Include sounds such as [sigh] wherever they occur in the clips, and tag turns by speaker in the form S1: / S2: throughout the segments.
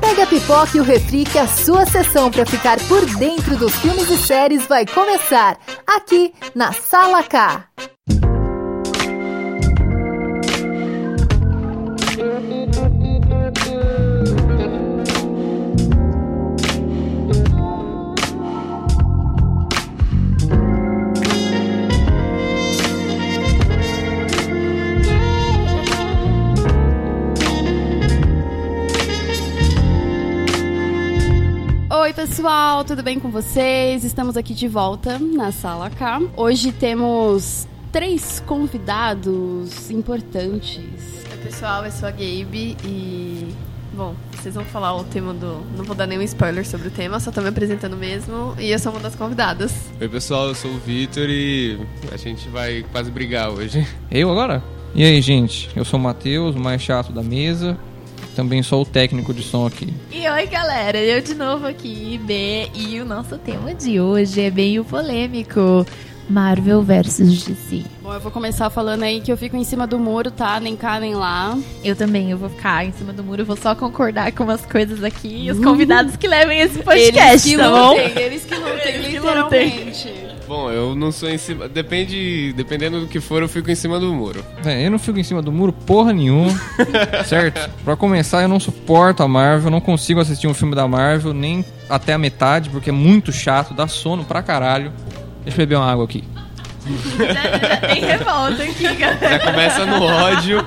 S1: Pega a pipoca e o refri que a sua sessão para ficar por dentro dos filmes e séries vai começar aqui na Sala K.
S2: Oi, pessoal, tudo bem com vocês? Estamos aqui de volta na Sala K. Hoje temos três convidados importantes.
S3: Oi, pessoal, eu sou a Gabe e. Bom, vocês vão falar o tema do. Não vou dar nenhum spoiler sobre o tema, só tô me apresentando mesmo e eu sou uma das convidadas.
S4: Oi pessoal, eu sou o Vitor e a gente vai quase brigar hoje. [laughs]
S5: Eu agora? E aí, gente? Eu sou o Matheus, o mais chato da mesa. Também sou o técnico de som aqui.
S6: E oi, galera, eu de novo aqui, B, e o nosso tema de hoje é meio polêmico. Marvel versus DC.
S2: Bom, eu vou começar falando aí que eu fico em cima do muro, tá? Nem cá, nem lá.
S6: Eu também, eu vou ficar em cima do muro, eu vou só concordar com umas coisas aqui. E os convidados que levem esse podcast,
S2: que
S6: tá bom?
S2: lutem, eles que lutem,
S6: Eles que
S2: literalmente.
S4: Bom, eu não sou em cima. Depende. Dependendo do que for, eu fico em cima do muro.
S5: É, eu não fico em cima do muro porra nenhuma, certo? Pra começar, eu não suporto a Marvel, eu não consigo assistir um filme da Marvel, nem até a metade, porque é muito chato, dá sono pra caralho. Deixa eu beber uma água aqui.
S6: Tem revolta aqui, galera.
S4: Já começa no ódio.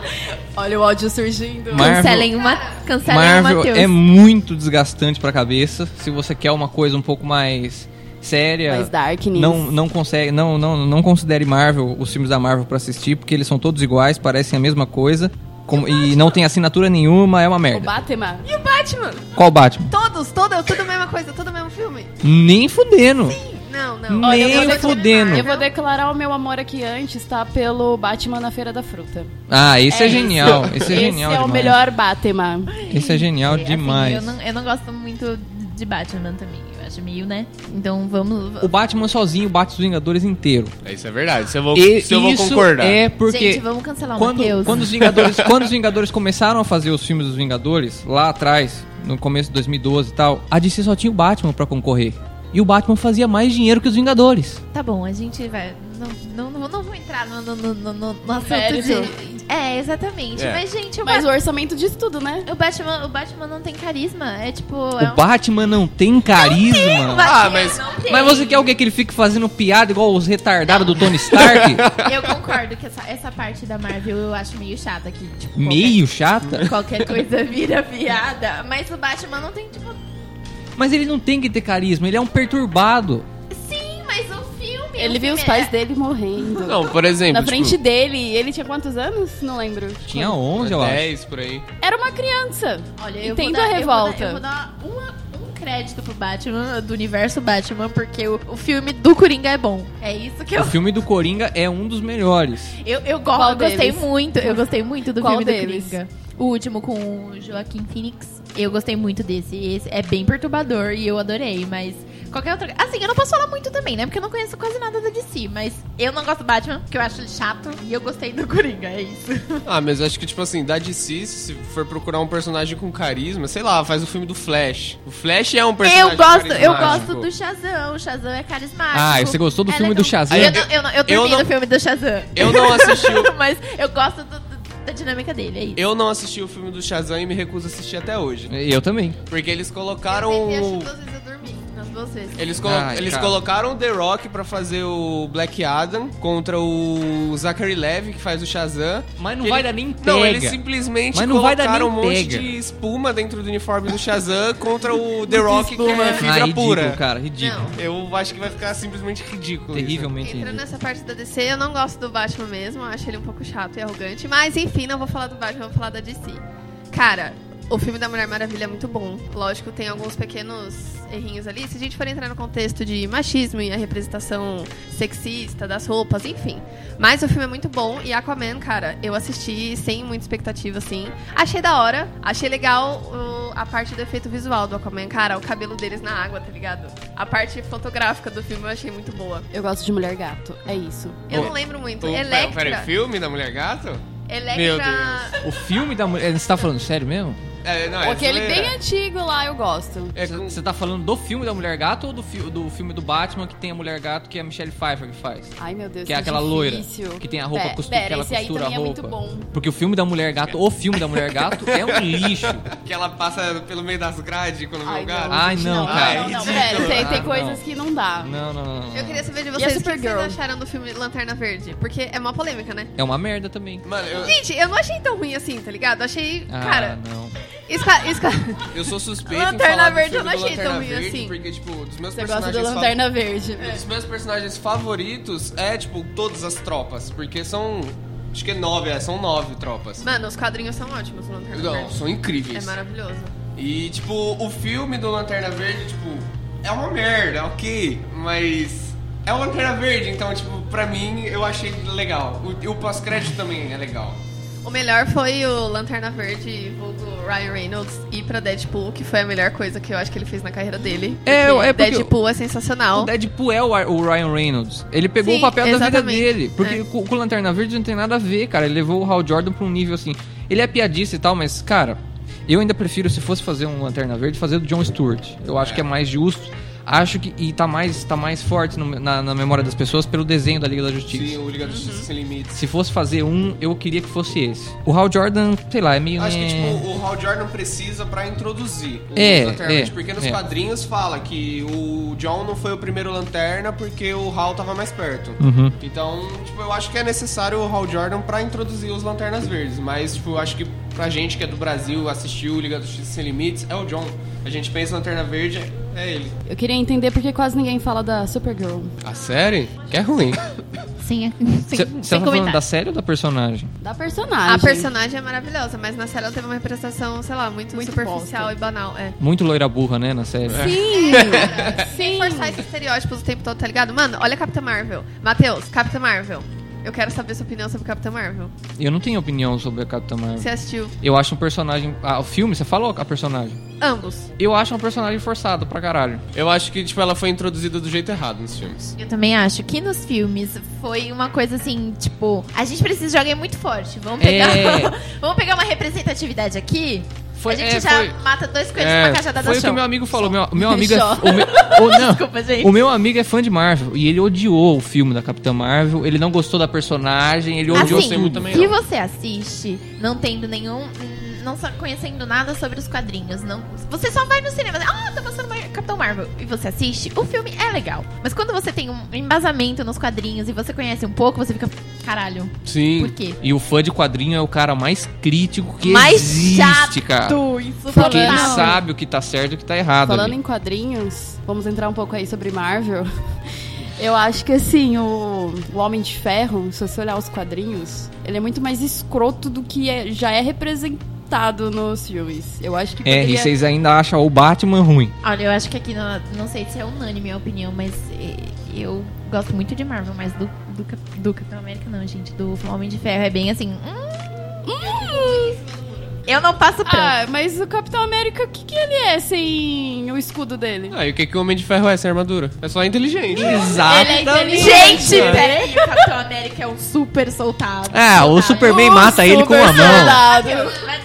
S2: Olha o ódio surgindo.
S6: [laughs] Cancelem uma, cancelem o
S5: Marvel
S6: Matheus.
S5: é muito desgastante pra cabeça. Se você quer uma coisa um pouco mais séria,
S2: Mais darkness.
S5: não, não consegue, não, não, não considere Marvel, os filmes da Marvel pra assistir, porque eles são todos iguais, parecem a mesma coisa, como- e não tem assinatura nenhuma, é uma
S2: O
S5: merda.
S2: Batman.
S3: E o Batman?
S5: Qual Batman?
S3: Todos, todos, tudo a mesma coisa, tudo o mesmo filme?
S5: Nem fudendo.
S3: Não, não.
S5: Nem
S3: eu vou defender
S5: fudendo.
S3: Marvel.
S2: Eu vou declarar o meu amor aqui antes, tá? Pelo Batman na Feira da Fruta.
S5: Ah, esse é,
S2: isso.
S5: genial. Esse é genial
S2: Esse é o
S5: demais.
S2: melhor Batman.
S5: Esse é genial
S6: É, assim,
S5: demais.
S6: eu, não, eu não gosto muito de Batman também. Eu acho meio, né? Então vamos.
S5: O Batman sozinho bate os Vingadores inteiro.
S4: É, Isso é verdade. Se eu vou,
S5: E
S4: se eu vou
S5: isso
S4: concordar.
S5: é porque
S6: Gente, vamos cancelar o
S5: quando,
S6: Matheus.
S5: quando os Vingadores, [laughs] quando os Vingadores começaram a fazer os filmes dos Vingadores, lá atrás, no começo de 2012 e tal, a DC só tinha o Batman pra concorrer. E o Batman fazia mais dinheiro que os Vingadores.
S6: Tá bom, a gente vai. Não, não, não, não vou entrar no, no, no, no, no- no assunto
S2: Mérito.
S6: de. É, exatamente.
S4: É.
S6: Mas, gente, o,
S2: Mas o
S6: Ba-
S2: orçamento disso tudo, né?
S6: o Batman, o Batman não tem carisma. É tipo. é
S5: O Batman não tem carisma.
S4: Ah, mas-
S6: não tem.
S5: Mas você quer o quê? Que ele fique fazendo piada igual os retardados do Tony [laughs] Stark?
S6: Eu concordo que essa, essa parte da Marvel eu acho meio chata aqui. Tipo,
S5: Meio chata?
S6: Qualquer, qualquer coisa [laughs] vira piada. Mas o Batman não tem, tipo.
S5: Mas ele não tem que ter carisma, ele é um perturbado.
S6: Sim, mas o filme.
S2: Ele viu
S6: o filme
S2: os
S6: é-
S2: pais dele morrendo.
S4: Não, por exemplo.
S2: Na frente
S4: tipo,
S2: dele, ele tinha quantos anos? Não lembro.
S5: Tinha 11, eu acho.
S4: 10 por aí.
S2: Era uma criança.
S6: Olha, eu
S2: Entendo
S6: vou dar,
S2: a revolta.
S6: Eu vou dar, eu vou dar uma- um crédito pro Batman, do universo Batman, porque o, o filme do Coringa é bom. É isso que eu.
S5: O filme do Coringa é um dos melhores.
S6: Eu, eu, go-
S2: Qual
S6: eu gostei
S2: deles?
S6: muito, eu gostei muito do
S2: Qual
S6: filme
S2: deles?
S6: do Coringa. O último com o Joaquim Phoenix. Eu gostei muito desse. Esse é bem perturbador e eu adorei, mas. Qualquer outra. Assim, eu não posso falar muito também, né? Porque eu não conheço quase nada da DC, mas eu não gosto do Batman, porque eu acho ele chato, e eu gostei do Coringa, é isso.
S5: Um
S4: Ah, mas eu acho que, tipo assim, da DC, se for procurar um personagem com carisma, sei lá, faz o filme do Flash. O Flash é um personagem.
S6: Eu gosto, eu
S4: carismático.
S6: gosto do Shazam, o Shazam é carismático.
S5: Ah, você gostou do
S6: É
S5: filme do
S6: legal.
S5: Shazam?
S6: Eu, não- eu, não- eu dormi
S4: Eu não-
S6: no filme do Shazam. [laughs]
S4: Eu não assisti o-
S6: Mas eu gosto do- do- da dinâmica dele, é isso.
S4: Eu não assisti o filme do Shazam e me recuso a assistir até hoje.
S5: Eu também.
S4: Porque eles
S3: Eu
S4: colocaram.
S3: tentei
S4: o-
S3: assistir duas vezes, eu dormi. Nas duas vezes.
S4: Eles, colo-
S5: Ai,
S4: eles
S5: cara.
S4: colocaram o The Rock pra fazer o Black Adam contra o Zachary Levy, que faz o Shazam.
S5: Mas não
S4: Que
S5: vai
S4: ele-
S5: dar nem
S4: Não,
S5: pega.
S4: eles simplesmente
S5: Mas não vai dar
S4: colocaram um
S5: nem
S4: monte
S5: pega.
S4: de espuma dentro do uniforme do Shazam [laughs] contra o The Rock, que é fibra
S5: ridículo,
S4: pura.
S5: cara, ridículo.
S3: Não.
S4: Eu acho que vai ficar simplesmente ridículo. isso.
S5: Terrivelmente
S3: Entrando
S5: ridículo.
S3: nessa parte da DC, eu não gosto do Batman mesmo, eu acho ele um pouco chato e arrogante. Mas enfim, não vou falar do Batman, vou falar da DC. Cara, o filme da Mulher Maravilha é muito bom. Lógico, tem alguns pequenos errinhos ali. Se a gente for entrar no contexto de machismo e a representação sexista das roupas, enfim. Mas o filme é muito bom e Aquaman, cara, eu assisti sem muita expectativa, assim. Achei da hora, achei legal o- a parte do efeito visual do Aquaman, cara, o cabelo deles na água, tá ligado? A parte fotográfica do filme eu achei muito boa.
S2: Eu gosto de mulher gato. É isso.
S3: Eu
S4: Ô,
S3: não lembro muito.
S4: O- pera-
S3: Electra.
S4: Pera, filme da Mulher Gato? Meu
S3: Electra.
S4: Deus.
S5: O filme da mulher. Você tá falando sério mesmo?
S4: É, não, é
S2: Aquele
S4: zoeira.
S2: bem antigo lá eu gosto.
S4: É com-
S5: Você tá falando do filme da Mulher Gato ou do, fi- do filme do Batman que tem a Mulher Gato que é a Michelle Pfeiffer que faz?
S2: Ai, meu Deus,
S5: Que é aquela loira, que tem a roupa costu- que ela
S2: esse aí
S5: costura a
S2: também é muito
S5: roupa.
S2: bom.
S5: Porque o filme da Mulher Gato, o filme da Mulher Gato, é
S2: [laughs]
S5: um lixo.
S4: Que ela passa pelo meio das grades quando vê
S2: Ai,
S4: o
S2: não,
S4: gato.
S5: Ai,
S2: gente,
S5: não,
S2: não,
S5: cara.
S2: Não, não,
S4: Ridículo.
S2: pera, tem, tem
S5: Ah,
S2: coisas
S5: não.
S2: que não dá.
S5: Não, não, não. não.
S3: Eu queria saber de
S2: a
S3: vocês o que vocês
S2: é Supergirl?
S3: acharam do filme Lanterna Verde. Porque é uma polêmica, né?
S5: É uma merda também.
S4: Mano, eu,
S3: Gente, eu não achei tão ruim assim, tá ligado? Achei.
S5: Ah,
S3: cara,
S5: não.
S3: esca, esca...
S4: eu sou suspeito
S3: Lanterna
S4: em falar do
S3: Verde
S4: filme
S3: eu não
S4: do
S3: achei tão
S4: Lanterna
S3: ruim
S4: Verde,
S3: assim.
S4: Porque, tipo, dos meus
S2: Você gosta
S4: personagens
S2: da
S4: fa-
S2: Lanterna Verde.
S4: Dos meus personagens favoritos é, tipo, todas as tropas. Porque são. Acho que é nove, é, são nove
S3: [laughs]
S4: tropas.
S3: Mano, os quadrinhos são ótimos do Lanterna
S4: Não,
S3: Verde.
S4: são
S3: É
S4: incríveis.
S3: maravilhoso.
S4: E, tipo, o filme do Lanterna Verde, tipo, é uma merda, ok. Mas é o Lanterna Verde, então, tipo, pra mim, eu achei legal. O, e o pós-crédito também é legal.
S3: O melhor foi o Lanterna Verde, vulgo Ryan Reynolds, ir pra Deadpool, que foi a melhor coisa que eu acho que ele fez na carreira dele.
S5: É, é porque
S3: Deadpool é
S5: O
S3: sensacional.
S5: Deadpool é o Ar- o Ryan Reynolds. Ele pegou
S3: Sim,
S5: o papel da vida
S3: exatamente.
S5: dele. Porque
S3: É.
S5: com, com o Lanterna Verde não tem nada a ver, cara. Ele levou o Hal Jordan pra um nível assim. Ele é piadista e tal, mas, cara, eu ainda prefiro, se fosse fazer um Lanterna Verde, fazer do John Stewart. Eu acho que é mais justo. Acho que. E tá mais, tá mais forte no- na, na memória das pessoas pelo desenho da Liga da Justiça.
S4: Sim, o Liga da Justiça Sem Limites.
S5: Se fosse fazer um, eu queria que fosse esse. O Hal Jordan, sei lá, é meio.
S4: Acho que,
S5: né.
S4: tipo, o Hal Jordan precisa pra introduzir o
S5: É,
S4: Lanterna Verde,
S5: é,
S4: Porque nos
S5: é.
S4: quadrinhos fala que o John não foi o primeiro Lanterna porque o Hal tava mais perto.
S5: Uhum.
S4: Então, tipo, eu acho que é necessário o Hal Jordan pra introduzir os Lanternas Verdes. Mas, tipo, eu acho que pra gente que é do Brasil, assistiu Liga da Justiça Sem Limites, é o John. A gente pensa em Lanterna Verde, é ele.
S2: Eu queria entender porque quase ninguém fala da Supergirl,
S4: A série? Que é ruim.
S6: Sem, [laughs]
S5: Você você
S6: sem,
S5: tá
S6: sem
S5: falando
S6: comentar.
S5: da série ou da personagem?
S2: da personagem.
S3: A personagem é maravilhosa, mas na série ela teve uma representação, sei lá, muito,
S2: Muito
S3: superficial
S2: bosta.
S3: e banal. É.
S5: Muito loira burra, né, na série.
S3: [laughs]
S2: Sim!
S3: Sem forçar esses estereótipos o tempo todo, tá ligado? Mano, olha a Capitã Marvel. Matheus, Capitã Marvel. Eu quero saber sua opinião sobre Capitã Marvel.
S5: Eu não tenho opinião sobre a Capitã Marvel.
S3: Você assistiu
S5: Eu acho um personagem. Ah, o filme, você falou a personagem?
S3: ambos.
S5: Eu acho um personagem forçado pra caralho.
S4: Eu acho que, tipo, ela foi introduzida do jeito errado nos filmes.
S6: Eu também acho que nos filmes foi uma coisa assim, tipo, a gente precisa de alguém muito forte. Vamos pegar,
S5: É.
S6: [laughs] vamos pegar uma representatividade aqui.
S5: Foi-
S6: a gente
S5: é,
S6: já
S5: foi-
S6: mata dois coelhos com uma cajada da
S5: É, foi o que
S6: chão. [laughs]
S5: meu amigo falou. Meu, meu amigo é.
S6: Só.
S5: O meu,
S6: [laughs]
S5: o- não.
S6: Desculpa, gente.
S5: O meu amigo é fã de Marvel e ele odiou o filme da Capitã Marvel. Ele não gostou da personagem, ele odiou
S6: Assim,
S5: sem muito também.
S6: se
S5: não.
S6: você assiste, não tendo nenhum. Não sa- conhecendo nada sobre os quadrinhos. não Você só vai no cinema. Ah, tá passando Mar- Capitão Marvel. E você assiste, o filme é legal. Mas quando você tem um embasamento nos quadrinhos e você conhece um pouco, você fica. Caralho.
S5: Sim.
S6: Por quê?
S5: E o fã de quadrinho é o cara mais crítico que
S6: Mais
S5: existe,
S6: chato,
S5: cara.
S6: isso
S5: Porque ele
S2: Falando-
S5: sabe o que tá certo e o que tá errado.
S2: Falando
S5: ali.
S2: em quadrinhos, vamos entrar um pouco aí sobre Marvel. [laughs] Eu acho que assim, o, o Homem de Ferro, se você olhar os quadrinhos, ele é muito mais escroto do que é- já é representado nos filmes. Eu acho que
S5: É, e
S2: poderia-
S5: vocês ainda acham o Batman ruim.
S6: Olha, eu acho que aqui, não, não sei se é unânime a opinião, mas eh, eu gosto muito de Marvel, mas do, do, Cap- do Capitão América não, gente. Do Homem de Ferro é bem assim. hum, hum. eu não passo pronto.
S2: Ah, mas o Capitão América, o que, que ele é sem o escudo dele?
S4: Ah, e o que, que o Homem de Ferro é sem armadura? É só inteligente.
S2: Exatamente.
S6: Então, Gente, peraí, o Capitão América é um
S3: [laughs]
S6: super soltado.
S5: Ah, o Superman mata ele com uma mão.
S2: Soldado.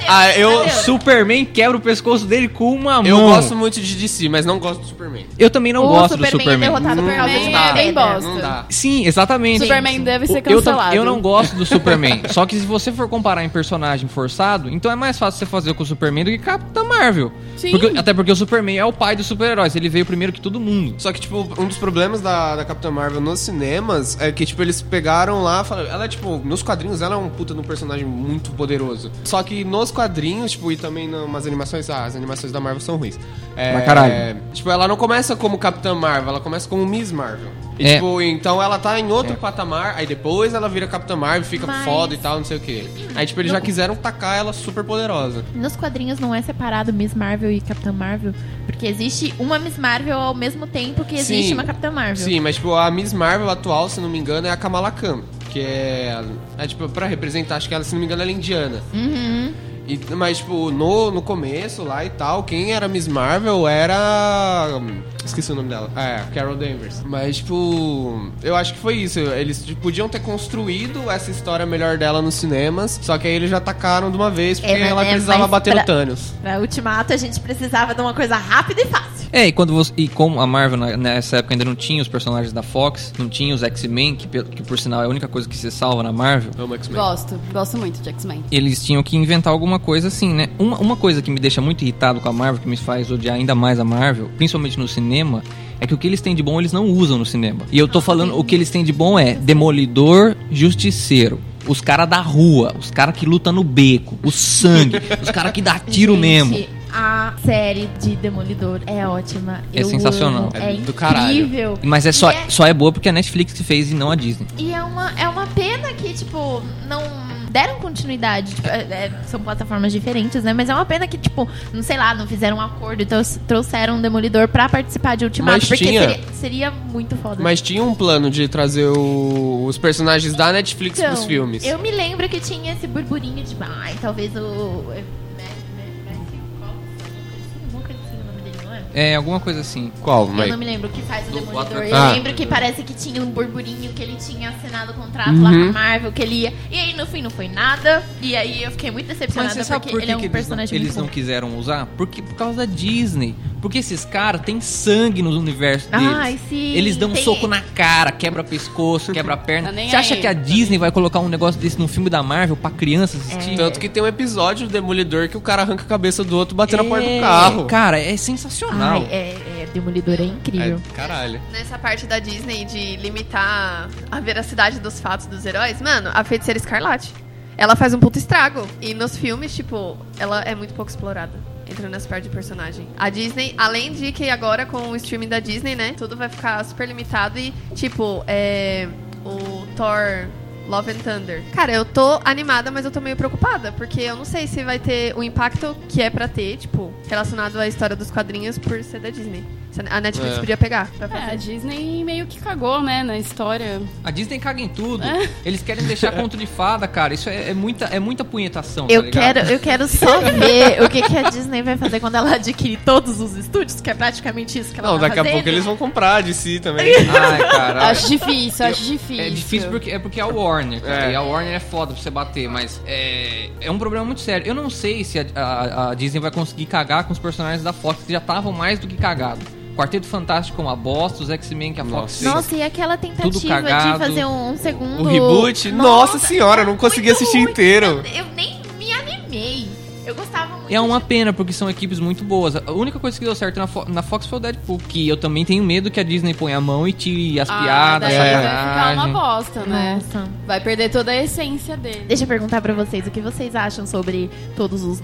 S4: Ah, eu
S5: O Superman quebra o pescoço dele com uma mão.
S4: Eu gosto muito de DC, mas não gosto do Superman.
S5: Eu também não
S6: o
S5: gosto
S6: Superman
S5: do Superman.
S6: é derrotado
S4: Hum.
S6: por causa de
S2: Superman
S6: uma
S2: é bem
S6: pedra.
S2: bosta.
S4: né? Não dá.
S5: Sim, exatamente.
S2: Superman
S5: Sim.
S2: deve ser
S5: Eu tam-
S2: cancelado.
S5: Eu, não gosto do Superman. [laughs] só que se você for comparar em personagem forçado, então é mais fácil você fazer com o Superman do que Capitão Marvel.
S2: Sim.
S5: Porque- até porque o Superman é o pai dos super-heróis. Ele veio primeiro que todo mundo.
S4: Só que, tipo, um dos problemas da, da Capitã Marvel nos cinemas é que, tipo, eles pegaram lá, falaram, ela é, tipo, nos quadrinhos ela é um puta de um personagem muito poderoso. Só que nos quadrinhos, tipo, e também nas animações, ah, as animações da Marvel são ruins. É,
S5: Pra caralho.
S4: é, tipo, ela não começa como Capitã Marvel, ela começa como Miss Marvel. E,
S5: É.
S4: tipo, então ela tá em outro patamar, aí depois ela vira Capitã Marvel, fica
S6: Mas-
S4: foda e tal, não sei o quê. Aí, tipo, eles já quiseram tacar ela super poderosa.
S6: Nos quadrinhos não é separado Miss Marvel e Capitão Marvel, porque existe uma Miss Marvel ao mesmo tempo que existe
S4: Sim.
S6: uma Capitã Marvel.
S4: Sim, mas tipo, a Miss Marvel atual, se não me engano, é a Kamala Khan. Que é, é tipo, pra representar, acho que ela, se não me engano, ela é indiana.
S6: Uhum.
S4: E- mas, tipo, no, no começo lá e tal, quem era Miss Marvel era. hum, Esqueci o nome dela. É, Carol Danvers. Mas, tipo, eu acho que foi isso. Eles tipo, podiam ter construído essa história melhor dela nos cinemas, só que aí eles já atacaram de uma vez porque
S6: É, mas-
S4: ela
S6: é,
S4: precisava
S6: mas
S4: bater
S6: pra-
S4: o Thanos.
S6: Pra Ultimato, a gente precisava de uma coisa rápida e fácil.
S5: É, e quando você. E como a Marvel na- nessa época ainda não tinha os personagens da Fox, não tinha os X-Men, que, pe- que por sinal é a única coisa que se salva na Marvel.
S4: Amo X-Men.
S2: Gosto, gosto muito de X-Men.
S5: Eles tinham que inventar alguma coisa assim, né? Uma, uma coisa que me deixa muito irritado com a Marvel, que me faz odiar ainda mais a Marvel, principalmente no cinema, é que o que eles têm de bom eles não usam no cinema. E eu tô falando, o que eles têm de bom é Demolidor, Justiceiro. Os caras da rua, os caras que lutam no beco, o
S6: [laughs]
S5: sangue, os caras que dá tiro
S6: Gente,
S5: mesmo.
S6: A série de Demolidor é ótima.
S5: É
S6: Eu
S5: sensacional.
S6: amo,
S4: É
S6: É,
S4: do caralho.
S6: incrível.
S5: Mas é só,
S6: E é-
S5: só é boa porque a Netflix que fez e não a Disney.
S6: E é uma, é uma pena que, tipo, não deram continuidade. Tipo, é- é- são plataformas diferentes, né? Mas é uma pena que, tipo, não sei lá, não fizeram um acordo e trous- trouxeram um Demolidor pra participar de Ultimato.
S4: Mas
S6: porque
S4: tinha.
S6: Seria, seria muito foda.
S4: Mas tinha um plano de trazer o- os personagens da Netflix
S6: Então,
S4: pros filmes.
S6: Eu me lembro que tinha esse burburinho de, ai, talvez o... é, Matt- Matt- Matthew Cox? Nunca sei o nome dele, não é?
S5: É, alguma coisa assim.
S4: Qual,
S6: Eu
S4: Mike?
S6: não me lembro o que faz o
S5: Do
S6: Demolidor.
S5: Batman.
S6: Eu
S4: Ah.
S6: lembro que parece que tinha um burburinho que ele tinha assinado o contrato lá com
S4: Uhum.
S6: a Marvel, que ele ia. E aí no fim não foi nada. E aí eu fiquei muito decepcionada porque ele é um personagem
S5: eles não
S6: muito bom.
S5: quiseram usar? Porque, por causa da Disney. Porque esses caras têm sangue no universo deles.
S6: Ai, sim.
S5: Eles dão um
S6: Tem-
S5: soco na cara, quebra pescoço, quebra perna.
S2: Tá nem
S5: Você acha
S2: aí,
S5: que a
S2: tá
S5: Disney vai colocar um negócio desse num filme da Marvel pra criança assistir?
S4: Tanto que tem um episódio do Demolidor que o cara arranca a cabeça do outro batendo a porta do
S5: É,
S4: carro.
S5: Cara, é sensacional.
S6: Ai, é, é, Demolidor é incrível.
S4: É, caralho.
S3: Nessa parte da Disney de limitar a veracidade dos fatos dos heróis, mano, a feiticeira escarlate. Ela faz um puto estrago. E nos filmes, tipo, ela é muito pouco explorada. Entrando nessa parte de personagem. A Disney, além de que agora com o streaming da Disney, né? Tudo vai ficar super limitado e, tipo, é. O Thor. Love and Thunder. Cara, eu tô animada, mas eu tô meio preocupada, porque eu não sei se vai ter o impacto que é pra ter, tipo, relacionado à história dos quadrinhos por ser da Disney. A Netflix
S4: É.
S3: podia pegar pra fazer.
S2: É, a Disney meio que cagou, né, na história.
S5: A Disney caga em tudo.
S6: É.
S5: Eles querem deixar conto de fada, cara. Isso é, é muita, é muita punhetação, tá
S6: Eu
S5: ligado?
S6: quero, eu
S4: [laughs]
S6: quero só ver o que, que a Disney vai fazer quando ela adquirir todos os estúdios, que é praticamente isso que ela tá
S4: Não,
S6: vai
S4: daqui a
S6: fazer.
S4: pouco eles vão comprar de si também.
S5: Ai,
S6: [laughs]
S5: cara.
S2: Acho difícil, acho difícil.
S5: É difícil porque é porque é a Warner, cara.
S4: É.
S5: E a Warner é foda pra você bater, mas é, é um problema muito sério. Eu não sei se a, a- a Disney vai conseguir cagar com os personagens da Fox que já estavam mais do que cagados. Quarteto Fantástico é uma bosta, os X-Men que a Fox fez.
S6: Nossa, e aquela
S5: Tudo
S6: tentativa
S5: cagado.
S6: de fazer um segundo.
S4: O reboot? Nossa, senhora, eu não consegui
S6: muito
S4: assistir
S6: ruim.
S4: inteiro.
S6: Eu nem me animei. Eu gostava muito.
S5: É uma
S6: de-
S5: pena, porque são equipes muito boas. A única coisa que deu certo na, Fo- na Fox foi o Deadpool, que eu também tenho medo que a Disney ponha a mão e tire as
S2: Ah,
S5: piadas,
S2: daí
S5: a
S4: é.
S2: vai ficar uma
S5: sacanagem.
S2: bosta,
S3: É,
S2: né?
S3: então.
S6: Nossa.
S2: Vai perder toda a essência dele.
S3: [laughs]
S6: Deixa eu perguntar pra vocês o que vocês acham sobre todos os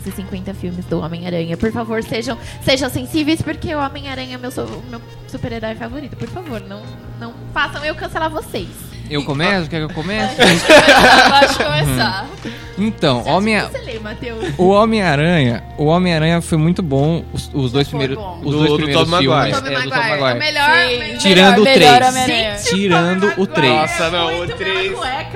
S6: 950 filmes do Homem-Aranha. Por favor, sejam, sejam sensíveis, porque o Homem-Aranha é meu, so- meu super-herói favorito. Por favor, não, não façam eu cancelar vocês.
S5: Eu começo? Quer que eu comece?
S2: [laughs] Pode começar.
S4: Uhum.
S5: Então,
S6: Você acha
S5: Homem...
S6: que Tipo, Você lê, Matheus.
S5: O Homem-Aranha, o Homem-Aranha foi muito bom, os, os dois
S2: Foi
S5: primeiros,
S2: bom.
S5: os
S4: Do-
S5: dois
S4: do
S5: primeiros
S4: Tobey
S5: filmes,
S4: Maguire.
S5: é,
S3: Tobey
S5: do Tobey
S3: Maguire. É o
S5: Melhor,
S3: melhor.
S2: Sim.
S3: melhor.
S5: Tirando o
S2: Melhor,
S5: três.
S2: Homem-Aranha.
S5: Tirando o três.
S4: Nossa, não, o três.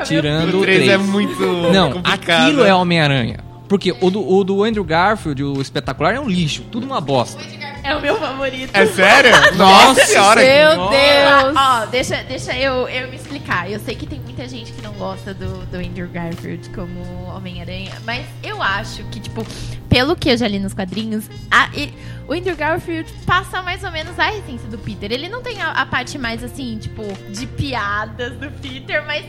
S5: Tirando
S4: O 3
S5: três.
S4: é muito
S5: Não,
S4: complicado.
S5: aquilo é Homem-Aranha. Porque o do, o do Andrew Garfield, o espetacular, é um lixo, tudo uma bosta.
S6: É o meu favorito.
S4: É sério? Nossa senhora.
S2: Meu Deus.
S6: Ó, deixa, deixa eu, eu me explicar. Eu sei que tem muita gente que não gosta do, do Andrew Garfield como Homem-Aranha, mas eu acho que, tipo, pelo que eu já li nos quadrinhos, a- e- o Andrew Garfield passa mais ou menos a essência do Peter. Ele não tem a, a parte mais, assim, tipo, de piadas do Peter, mas...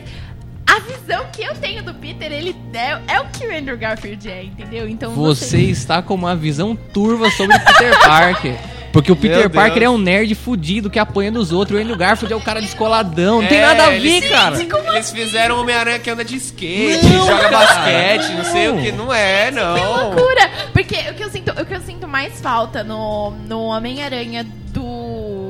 S6: A visão que eu tenho do Peter, ele é, é o que o Andrew Garfield é, entendeu? Então
S5: Você está com uma visão turva sobre o Peter [laughs] Parker. Porque o
S4: Meu
S5: Peter
S4: Deus.
S5: Parker é um nerd fudido que apanha dos outros. O Andrew Garfield é o cara descoladão. Não tem
S4: É,
S5: nada a ver,
S4: eles-
S5: cara.
S4: Eles fizeram Homem-Aranha que anda de skate,
S5: Não,
S4: joga
S5: cara.
S4: basquete, não sei o que. Não é, não.
S6: loucura! Porque o que eu sinto, o que eu sinto mais falta no, no Homem-Aranha do.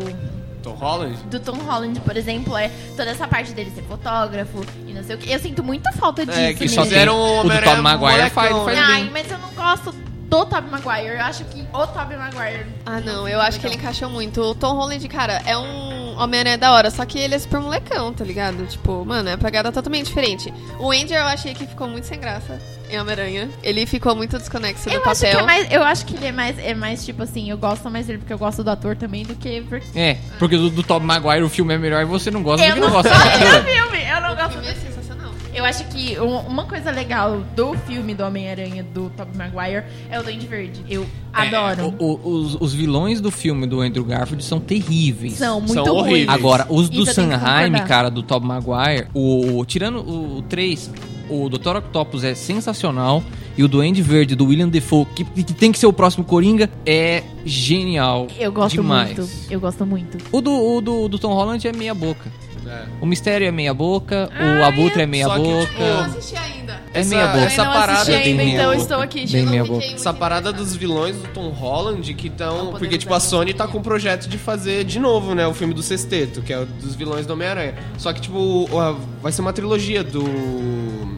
S4: Tom Holland?
S6: Do Tom Holland, por exemplo, é toda essa parte dele ser fotógrafo e não sei o que. Eu sinto muita falta disso.
S4: É, que
S6: nele.
S4: só fizeram
S5: O
S4: o
S5: do
S4: Homem-Aranha
S5: Tobey Maguire faz-
S4: molecão,
S5: faz
S4: né?
S6: Ai, mas eu não gosto do Tobey Maguire. Ah, Eu acho que o Tobey Maguire.
S3: Ah, não, eu acho que ele encaixou muito. O Tom Holland, cara, é um Homem-Aranha é da hora, só que ele é super molecão, tá ligado? Tipo, mano, é uma pegada totalmente diferente. O Andy eu achei que ficou muito sem graça em Homem-Aranha. Ele ficou muito desconexo
S6: Eu
S3: do
S6: acho, que
S3: papel.
S6: é mais, eu acho que ele é mais, é mais tipo assim, eu gosto mais dele porque eu gosto do ator também do que porque
S5: É, porque do, do Tom Maguire o filme é melhor e você não gosta do
S6: eu
S5: que não
S6: não
S5: gosta.
S6: gosto do filme. Eu não
S3: O
S6: gosto
S3: filme é sensacional.
S6: Eu acho que um- uma coisa legal do filme do Homem-Aranha do Tobey Maguire é o Duende Verde. Eu adoro.
S5: O- o- os, os vilões do filme do Andrew Garfield são terríveis.
S6: São muito
S4: São
S6: ruins.
S4: horríveis.
S5: Agora, os do
S6: Isso eu tenho que
S5: Sanheim,
S6: concordar.
S5: cara, do Tobey Maguire, o, o- tirando o, o 3, o Dr. Octopus é sensacional. E o Duende Verde, do William Defoe, que, que tem que ser o próximo Coringa, é genial.
S6: Eu gosto
S5: demais.
S6: muito. Eu gosto muito.
S5: O do, o do, do Tom Holland é meia boca.
S4: É.
S5: O Mistério é meia boca, o Abutre é meia
S4: Só que,
S5: boca.
S4: tipo,
S3: Eu não assisti
S6: [laughs]
S3: ainda.
S5: é
S4: essa-
S5: meia boca.
S4: essa
S2: não
S4: parada
S2: assisti
S5: é
S2: ainda,
S5: bem
S2: então
S5: meia
S2: estou
S5: boca.
S2: aqui.
S5: Bem
S2: Chegou.
S5: meia
S3: fiquei
S5: boca.
S3: muito
S4: Essa parada
S3: interessada.
S4: dos vilões do Tom Holland, que
S3: Não
S6: Tá
S4: estão. Porque,
S3: podemos
S4: tipo, a
S3: dar
S4: Sony
S3: nome.
S4: tá com o projeto de fazer de novo, né? O filme do Sexteto, que é o dos vilões do Homem-Aranha. Só que, tipo, o- a- vai ser uma trilogia do.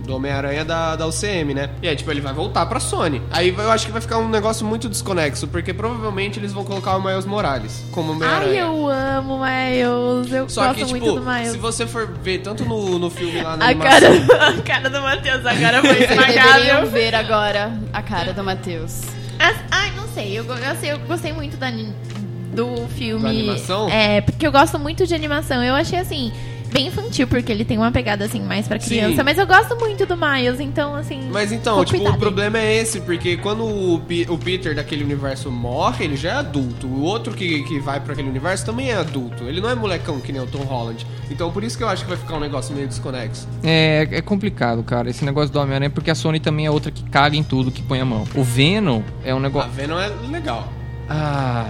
S4: Do Homem-Aranha da, da UCM, né? E aí, tipo, ele vai voltar pra Sony. Aí vai- eu acho que vai ficar um negócio muito desconexo, porque provavelmente eles vão colocar o Miles Morales como Homem-Aranha.
S6: Ai, eu amo Miles. Eu
S4: Só
S6: gosto
S4: que,
S6: muito
S4: tipo,
S6: do Miles.
S4: se você for ver tanto no, no filme lá na
S6: A
S4: animação-
S6: cara, a cara do [laughs] Matheus
S4: [laughs]
S6: agora foi
S2: Vocês deveriam
S6: esmagável.
S2: ver agora a cara do Matheus.
S6: As- Ai, não sei. Eu, go- eu sei, eu gostei muito da, ni- do filme.
S4: Da animação?
S6: É, porque eu gosto muito de animação. Eu achei assim. Bem infantil, porque ele tem uma pegada assim mais pra criança.
S4: Sim.
S6: Mas eu gosto muito do Miles, então assim.
S4: Mas então,
S6: vou
S4: tipo,
S6: cuidar
S4: o
S6: dele.
S4: problema é esse, porque quando o, Pi- o Peter daquele universo morre, ele já é adulto. O outro que, que vai pra aquele universo também é adulto. Ele não é molecão que nem o Tom Holland. Então por isso que eu acho que vai ficar um negócio meio desconexo.
S5: É, é complicado, cara, esse negócio do Homem-Aranha, porque a Sony também é outra que caga em tudo que põe a mão. O Venom é um
S4: A
S5: negócio.
S4: Venom é legal.
S5: Ah.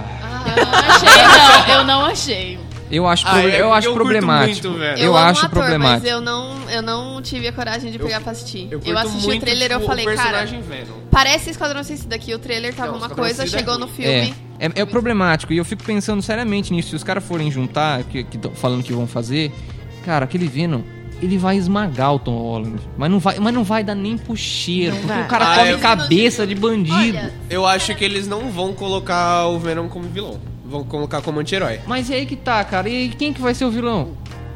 S2: Achei, não, eu não achei.
S5: Eu acho,
S4: Ah,
S5: pro-
S4: é
S5: eu
S4: porque
S5: acho
S4: eu curto
S5: problemático.
S4: muito, velho.
S5: eu
S3: amo o
S5: acho
S3: ator,
S5: problemático.
S3: Mas eu não, eu não tive a coragem de pegar pra assistir. Eu,
S4: curto
S3: assisti
S4: muito,
S3: o trailer e eu
S4: tipo,
S3: falei,
S4: o
S3: cara,
S4: personagem Venom.
S3: parece Esquadrão Suicida aqui. O trailer tava
S4: Não,
S3: uma
S4: Esquadrão
S3: coisa,
S4: Suicida é
S3: chegou
S4: ruim.
S3: no filme.
S5: É, é, é problemático. E eu fico pensando seriamente nisso. Se os caras forem juntar, que que tão falando que vão fazer, cara, aquele Venom, ele vai esmagar o Tom Holland. Mas não vai, mas não vai dar nem pro cheiro. Porque
S6: vai.
S5: o cara
S4: Ah,
S5: come
S4: eu-
S5: cabeça de bandido.
S6: Olha,
S4: Eu acho que eles não vão colocar o Venom como vilão. Vão colocar como anti-herói.
S5: Mas e aí que tá, cara. E aí, quem que vai ser o vilão?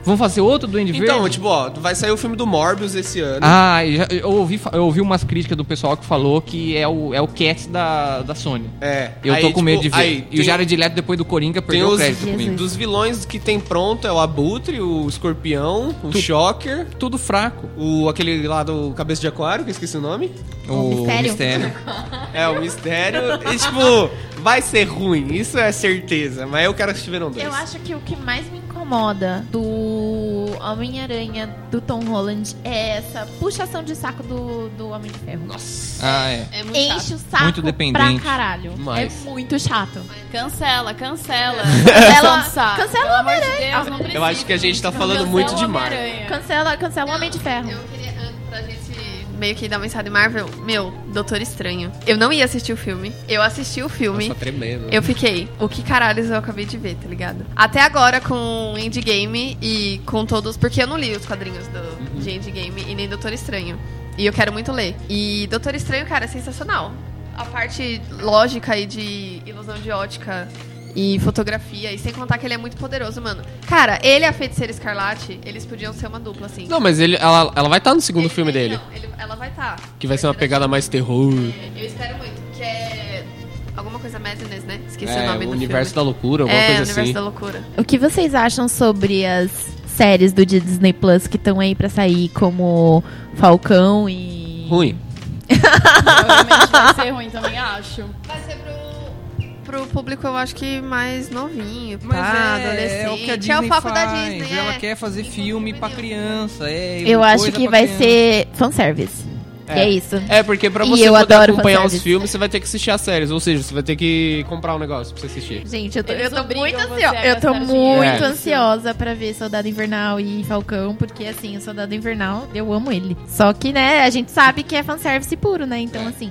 S5: Vão fazer outro Duende
S4: Então,
S5: Verde?
S4: tipo, ó, vai sair o filme do Morbius esse ano.
S5: Ah, eu, já- eu ouvi, fa- eu ouvi umas críticas do pessoal que falou que é o, é o Cats da, da Sony.
S4: É.
S5: Eu
S4: Aí,
S5: tô com medo de
S4: tipo,
S5: ver.
S4: aí
S5: e o
S4: tem-
S5: Jared Leto, depois do Coringa,
S4: Tem
S5: perdeu o
S4: os
S5: crédito comigo.
S4: dos vilões que tem pronto, é o Abutre, o Escorpião, o
S5: Tu-
S4: Shocker,
S5: Tudo fraco.
S4: o aquele lá do Cabeça de Aquário, que eu esqueci o nome.
S6: O Mistério.
S4: É,
S3: [laughs]
S4: o Mistério. e, tipo, vai ser ruim, isso é certeza, mas eu quero que tiveram dois.
S6: Eu acho que o que mais me incomoda do Homem-Aranha do Tom Holland é essa puxação de saco do, do Homem de Ferro.
S4: Nossa.
S5: Ah, é.
S3: É muito chato.
S6: Enche o saco
S5: Muito dependente.
S6: pra caralho.
S4: Mas-
S6: É muito chato.
S2: Cancela, cancela.
S6: Cancela-
S2: Cancela,
S6: cancela
S2: o amor de Deus, não
S4: Eu acho que a gente tá falando muito de Marvel.
S6: Cancela, cancela o Homem de Ferro.
S3: Eu queria, ah, pra gente meio que dar uma mensagem Marvel, meu, Doutor Estranho. Eu não ia assistir o filme. Eu assisti o filme.
S4: Nossa, tremendo.
S3: Eu fiquei, o que caralhos eu acabei de ver, tá ligado? Até agora com Endgame e com todos, porque eu não li os quadrinhos do, de Endgame e nem Doutor Estranho. E eu quero muito ler. E Doutor Estranho, cara, é sensacional. A parte lógica e de ilusão de ótica e fotografia, e sem contar que ele é muito poderoso, mano. Cara, ele e a Feiticeira Escarlate, eles podiam ser uma dupla, assim.
S4: Não, mas ele, ela, ela vai estar no segundo
S3: Ele-
S4: filme
S3: ele-
S4: dele,
S3: não, ele- ela vai estar.
S4: que vai ser uma pegada mais terror.
S3: Eu espero muito, que é alguma coisa Madness, né? Esqueci
S4: é,
S3: o nome do
S4: universo
S3: filme.
S4: da loucura, alguma
S3: é,
S4: coisa
S3: Universo
S4: assim.
S3: da Loucura.
S6: O que vocês acham sobre as séries do Disney Plus que estão aí pra sair, como Falcão e.
S5: Ruim.
S2: Provavelmente vai ser ruim também, acho.
S3: Vai ser pro, pro público, eu acho que mais novinho,
S5: Mas
S3: pá,
S5: é,
S3: adolescente.
S5: é o que a Disney
S3: foco
S5: faz.
S3: da Disney,
S5: Ela
S3: é.
S5: quer fazer
S3: Infantil
S5: filme pra
S3: juvenil.
S5: criança. É,
S6: Eu acho
S5: coisa
S6: que
S5: pra
S6: vai
S5: criança.
S6: ser fanservice. E é isso.
S4: É, porque pra
S6: E
S4: você
S6: eu
S4: poder
S6: adoro
S4: acompanhar os
S6: fanservice.
S4: filmes, você vai ter que assistir as séries. Ou seja, você vai ter que comprar um negócio pra você assistir.
S6: Gente, eu tô,
S2: Eles
S6: eu tô
S2: obrigam
S6: muito
S2: você
S6: ansiosa.
S2: a
S6: Eu tô
S2: gastar dinheiro.
S6: muito
S4: É.
S6: ansiosa pra ver Soldado Invernal e Falcão, porque assim, o Soldado Invernal, eu amo ele. Só que, né, a gente sabe É. que é fanservice puro, né? Então, assim,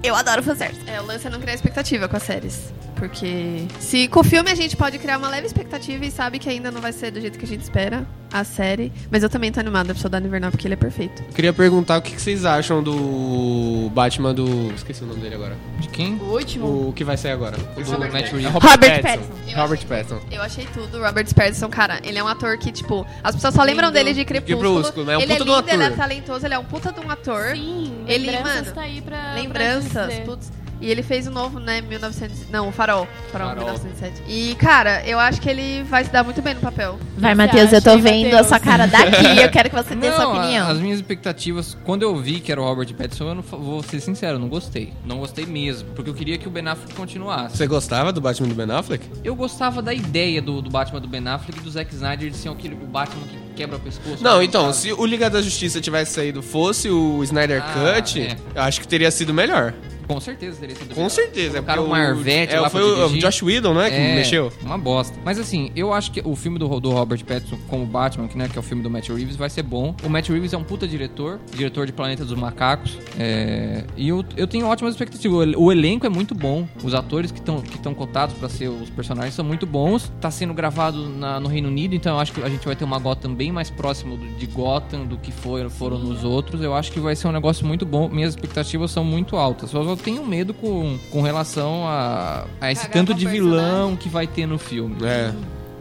S6: eu adoro fanservice.
S3: É, o lance é não criar expectativa com as séries. Porque se com o filme a gente pode criar uma leve expectativa e sabe que ainda não vai ser do jeito que a gente espera a série. Mas eu também tô animada pro Soldado Invernal porque ele é perfeito.
S4: Eu queria perguntar o que que vocês acham do Batman do. Esqueci o nome dele agora.
S5: De quem?
S2: O último.
S4: O que vai sair agora? O do
S3: Robert
S4: Matt
S3: Pattinson.
S4: Reeves.
S6: Robert
S3: Pattinson.
S4: Robert Pattinson.
S3: Eu achei tudo. O Robert Pattinson, cara, ele é um ator que, tipo, as pessoas só lembram
S2: Lindo.
S3: dele de Crepúsculo.
S4: Crepúsculo, né? É um
S3: ele
S4: puta
S3: é
S4: de um
S3: lindo, ele é
S4: ator.
S3: talentoso, ele é um puta de um ator.
S2: Sim,
S3: Ele,
S2: lembranças
S3: mano,
S2: tá aí pra. pra
S3: Lembranças,
S2: dizer.
S3: putz. E ele fez o novo, né, 1900... Não, o Farol. Farol,
S4: Farol.
S3: 1907. E, cara, eu acho que ele vai se dar muito bem no papel.
S6: Vai,
S2: Você
S6: Matheus, eu
S2: acha,
S6: tô
S2: hein,
S6: vendo
S2: Matheus?
S6: a sua cara daqui. Eu quero que você dê sua
S5: Não, a-
S6: opinião.
S5: as minhas expectativas, quando eu vi que era o Robert Pattinson, eu não fa- vou ser sincero, eu não gostei. Não gostei mesmo, porque eu queria que o Ben Affleck continuasse.
S4: Você gostava do Batman do Ben Affleck?
S5: Eu gostava da ideia do, do Batman do Ben Affleck e do Zack Snyder de ser aquele o Batman que quebra o pescoço. né?
S4: Não,
S5: sabe?
S4: então, se o Liga da Justiça tivesse saído, fosse o Snyder
S5: Ah,
S4: Cut,
S5: é.
S4: eu acho que teria sido melhor.
S5: Com certeza teria sido
S4: Com
S5: melhor.
S4: certeza.
S5: Colocaram
S4: porque
S5: o Marvete
S4: é,
S5: lá
S4: foi
S5: pra
S4: o, o
S5: dirigir.
S4: Josh Whedon, né, que
S5: É,
S4: mexeu.
S5: Uma bosta. Mas assim, eu acho que o filme do, do Robert Pattinson com o Batman, que, né, que é o filme do Matt Reeves, vai ser bom. O Matt Reeves é um puta diretor, diretor de Planeta dos Macacos. é, e eu, eu tenho ótimas expectativas. O, el- o elenco é muito bom. Os atores que estão que estão cotados pra ser os personagens são muito bons. Tá sendo gravado na- no Reino Unido, então eu acho que a gente vai ter uma Gotham bem mais próximo do- de Gotham do que foram, foram nos outros. Eu acho que vai ser um negócio muito bom. Minhas expectativas são muito altas. Só eu tenho medo com, com relação a, a esse
S2: Cagar
S5: tanto
S2: com
S5: de
S2: personagem.
S5: vilão vilão que vai ter no filme.
S4: É.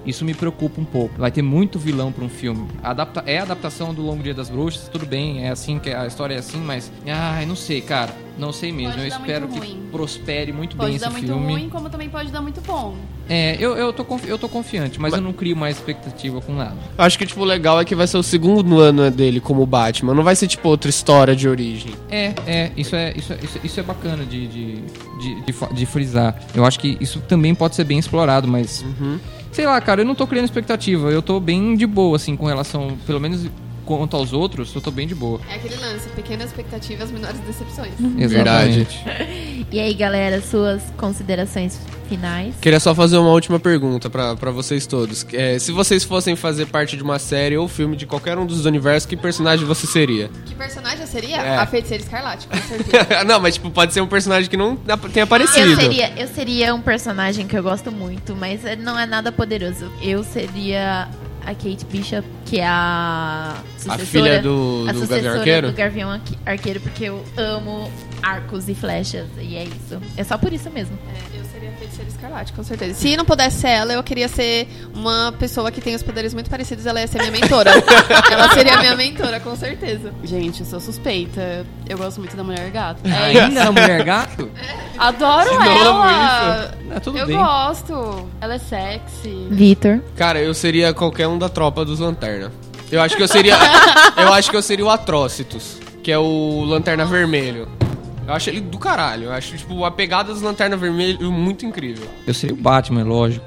S5: Isso me preocupa um pouco. Vai ter muito vilão pra um filme. Adapta- é a adaptação do Longo Dia das Bruxas, tudo bem, é assim que a história é assim, mas ai, não sei, cara. Não sei mesmo.
S2: Pode
S5: eu
S2: dar
S5: espero que
S2: muito ruim.
S5: prospere muito bem
S2: Pode
S5: esse
S2: dar muito
S5: filme.
S2: ruim, como também pode dar muito bom.
S5: É, eu, eu, tô confi- eu tô confiante, mas, eu não crio mais expectativa com nada.
S4: Eu acho que, tipo, o legal é que vai ser o segundo ano dele como Batman. Não vai ser, tipo, outra história de origem.
S5: É, é, isso é, isso é, isso é- isso é bacana de, de, de, de fa- de frisar. Eu acho que isso também pode ser bem explorado, mas.
S4: Uhum.
S5: Sei lá, cara, eu não tô criando expectativa. Eu tô bem de boa, assim, com relação. Pelo menos quanto aos outros, eu tô bem de boa.
S3: É aquele lance, pequenas expectativas, menores decepções.
S4: Verdade.
S5: Exatamente.
S6: E aí, galera, suas considerações finais?
S4: Queria só fazer uma última pergunta pra pra vocês todos. É, se vocês fossem fazer parte de uma série ou filme de qualquer um dos universos, que personagem você seria? [laughs]
S3: Que personagem eu seria?
S4: É.
S3: A Feiticeira Escarlate, com
S5: [laughs]
S3: certeza.
S4: não, mas, tipo, pode ser um personagem que não ap- tenha aparecido.
S6: Eu seria, eu seria um personagem que eu gosto muito, mas eh, não é nada poderoso. Eu seria a Kate Bishop, que é a
S4: A
S6: sucessora,
S4: filha do,
S6: a
S4: do
S6: sucessora
S4: Gavião Arqueiro?
S6: do Gavião Arque- Arqueiro, porque eu amo arcos e flechas, e é isso. É só por isso mesmo.
S3: Eu seria a feiticeira escarlate, com certeza. Se não pudesse ser ela, eu queria ser uma pessoa que tem os poderes muito parecidos, ela ia ser minha
S4: [laughs]
S3: mentora. ela seria minha mentora, com certeza.
S2: Gente, eu sou suspeita. Eu gosto muito da mulher gata. É
S5: Ainda a mulher gato?
S2: Adoro
S4: novo,
S2: ela!
S5: Ah, tudo
S2: eu
S5: bem.
S2: gosto. Ela é
S5: [laughs]
S2: sexy.
S6: Vitor.
S4: Cara, eu seria qualquer um da tropa dos Lanterna. Eu acho que eu
S6: [laughs]
S4: seria. eu acho que eu seria o Atrocitus, que é o Lanterna Vermelho. Eu acho ele do caralho. Eu acho, tipo, a pegada dos Lanterna Vermelho muito incrível.
S5: Eu seria o Batman, é lógico.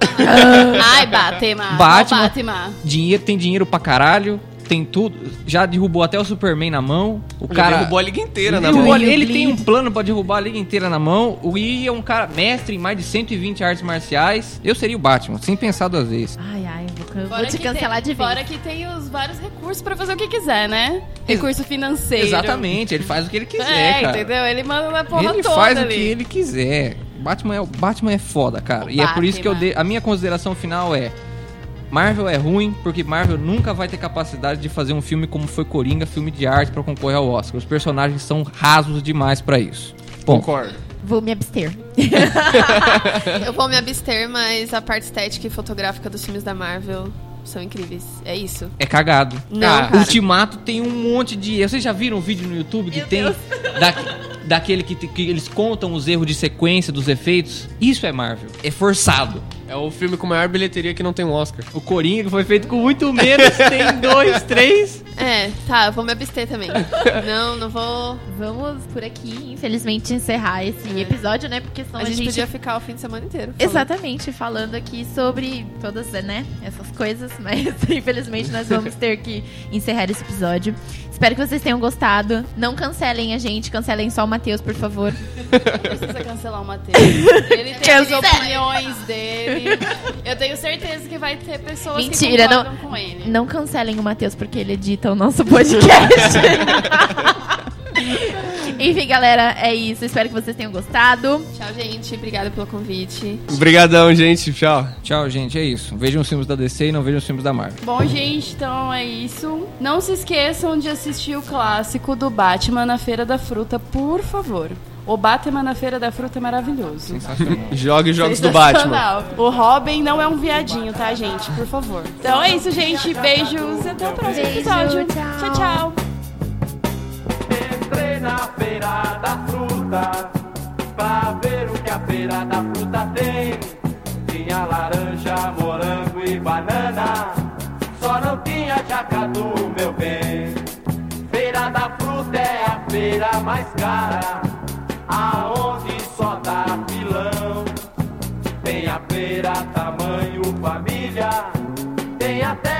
S2: Ai, Batman.
S5: Batman.
S2: Ó, Batman.
S5: Dinheiro, tem dinheiro pra caralho, tem tudo. Já derrubou até o Superman na mão. O
S4: Ele
S5: cara.
S4: derrubou a liga inteira né, na
S5: Ele-
S4: mão.
S5: ele
S6: Will
S5: ele
S6: Bleed.
S5: tem um plano pra derrubar a liga inteira na mão. O Lee é um cara mestre em mais de 120 artes marciais. Eu seria o Batman, sem pensar duas vezes.
S6: Ai, ai, eu vou, eu vou
S2: Fora
S6: te
S2: que
S6: cancelar
S2: tem,
S6: de vez.
S2: Fora que tem os vários recursos pra fazer o que quiser, né? Recurso financeiro.
S5: Exatamente, ele faz o que ele quiser,
S2: É,
S5: cara.
S2: entendeu? Ele manda na porra
S5: Ele
S2: toda
S5: faz
S2: ali.
S5: o que ele quiser. Batman é, o Batman é foda, cara.
S2: O
S5: e é por isso que eu
S2: Batman.
S5: dei, a minha consideração final é Marvel é ruim porque Marvel nunca vai ter capacidade de fazer um filme como foi Coringa, filme de arte pra concorrer ao Oscar. Os personagens são rasos demais pra isso. Bom,
S4: Concordo.
S6: Vou me abster.
S3: Eu vou me abster, mas a parte estética e fotográfica dos filmes da Marvel são incríveis. É isso.
S5: é cagado.
S3: Não, cara.
S5: Ultimato tem um monte de. Vocês já viram um vídeo no YouTube que tem [laughs] da- daquele que, que eles contam os erros de sequência dos efeitos? Isso é Marvel. É forçado.
S4: É o filme com maior bilheteria que não tem um Oscar.
S5: O Coringa que foi feito com muito menos, tem dois, três.
S3: É, tá, eu vou me abster
S2: [laughs]
S3: também. Não, não vou.
S6: Vamos por aqui, infelizmente, encerrar esse
S3: É.
S6: episódio, né? Porque senão
S3: A gente podia ficar o fim de semana inteiro. falando.
S6: Exatamente, falando aqui sobre todas, né, essas coisas, [laughs] mas infelizmente nós vamos ter que encerrar esse episódio. Espero que vocês tenham gostado. Não cancelem a gente, cancelem só o Matheus, por favor.
S2: precisa cancelar o
S3: [laughs]
S2: Matheus. Ele tem as
S6: Cancela.
S2: opiniões dele. Eu tenho certeza que vai ter pessoas
S6: Mentira,
S2: que
S6: não-
S2: concordam com ele.
S6: [laughs] Não cancelem o Matheus porque ele edita o nosso podcast. Enfim, galera, é isso. Espero que vocês tenham gostado.
S3: Tchau, gente. Obrigada pelo convite.
S4: Obrigadão, gente. Tchau.
S5: Tchau, gente. É isso. Vejam os filmes da DC e não vejam os filmes da Marvel.
S2: Bom, gente, então é isso. Não se esqueçam de assistir o clássico do Batman na Feira da Fruta, por favor. O Batman na Feira da Fruta é maravilhoso.
S5: Sensacional.
S4: Jogue jogos do Batman.
S2: Sensacional. O Robin não é um viadinho, tá, gente? Por favor. Então é isso, gente. Beijos e até o próximo
S6: Beijo,
S2: episódio.
S6: tchau.
S2: tchau. tchau.
S7: Entrei na feira da fruta pra ver o que a feira da fruta tem. Tinha laranja, morango e banana, só não tinha jacatu, meu bem. Feira da fruta é a feira mais cara, aonde só dá pilão. Tem a feira tamanho família, tem até